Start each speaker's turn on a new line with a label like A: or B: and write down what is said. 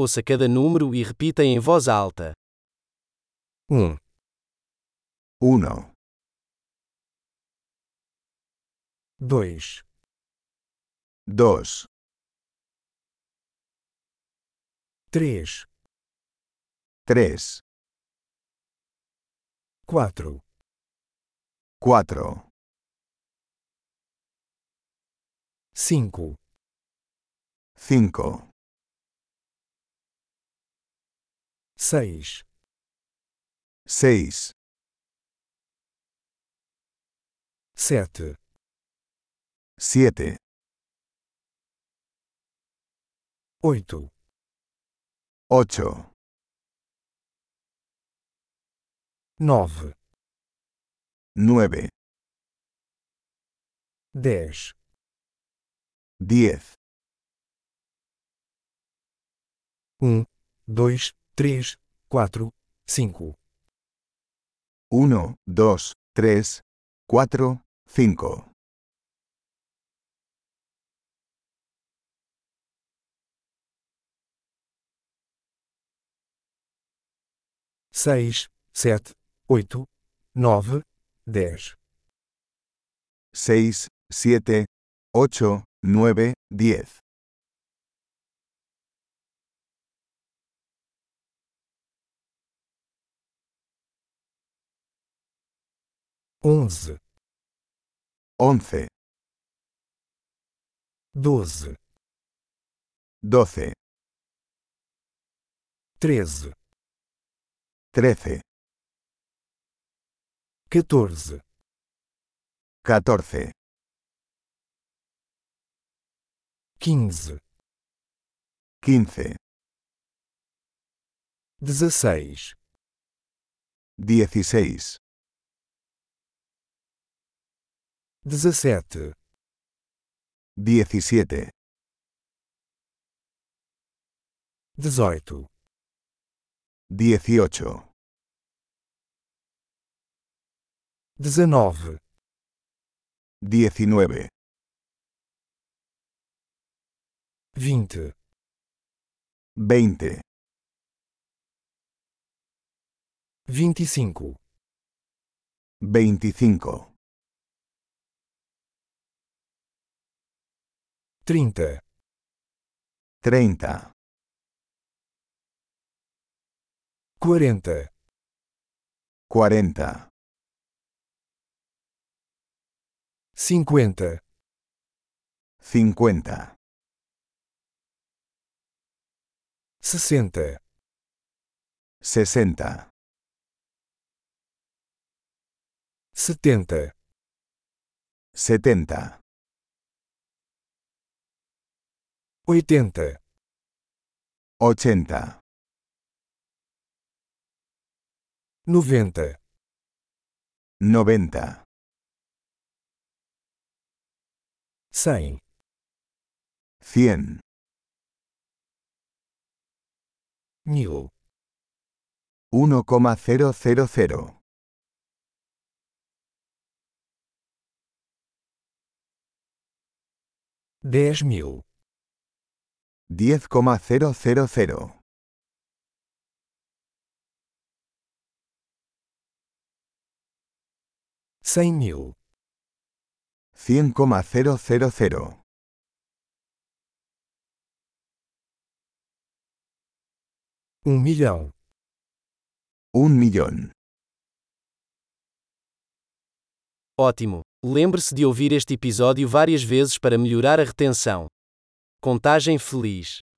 A: Ouça cada número e repita em voz alta. 1,
B: 1,
A: 2,
B: 2,
A: 3,
B: 3,
A: 4,
B: 4,
A: 5,
B: 5,
A: 6,
B: 6,
A: 7,
B: 7,
A: 8,
B: 8,
A: 9,
B: 9,
A: 10,
B: 10,
A: 1, 2, 3, 4, 5,
B: 1, 2, 3, 4, 5.
A: seis, sete, oito, nove, dez,
B: 6, 7, 8, 9, 10.
A: onze,
B: 11,
A: doze,
B: 12,
A: treze,
B: 13,
A: quatorze,
B: 14,
A: quinze,
B: 15,
A: dezesseis,
B: 16,
A: dezessete,
B: 17,
A: dezoito,
B: 18,
A: dezenove,
B: 19,
A: vinte,
B: 20,
A: vinte e cinco,
B: 25,
A: trinta,
B: 30,
A: quarenta,
B: 40,
A: cinquenta,
B: 50,
A: sessenta,
B: 60,
A: setenta,
B: 70,
A: oitenta,
B: 80,
A: noventa,
B: 90,
A: cem,
B: 100,
A: mil,
B: 1,000.
A: dez mil,
B: 10,000.
A: cem mil,
B: 100,000.
A: um milhão,
B: Un millón.
A: Ótimo! Lembre-se de ouvir este episódio várias vezes para melhorar a retenção. Contagem feliz.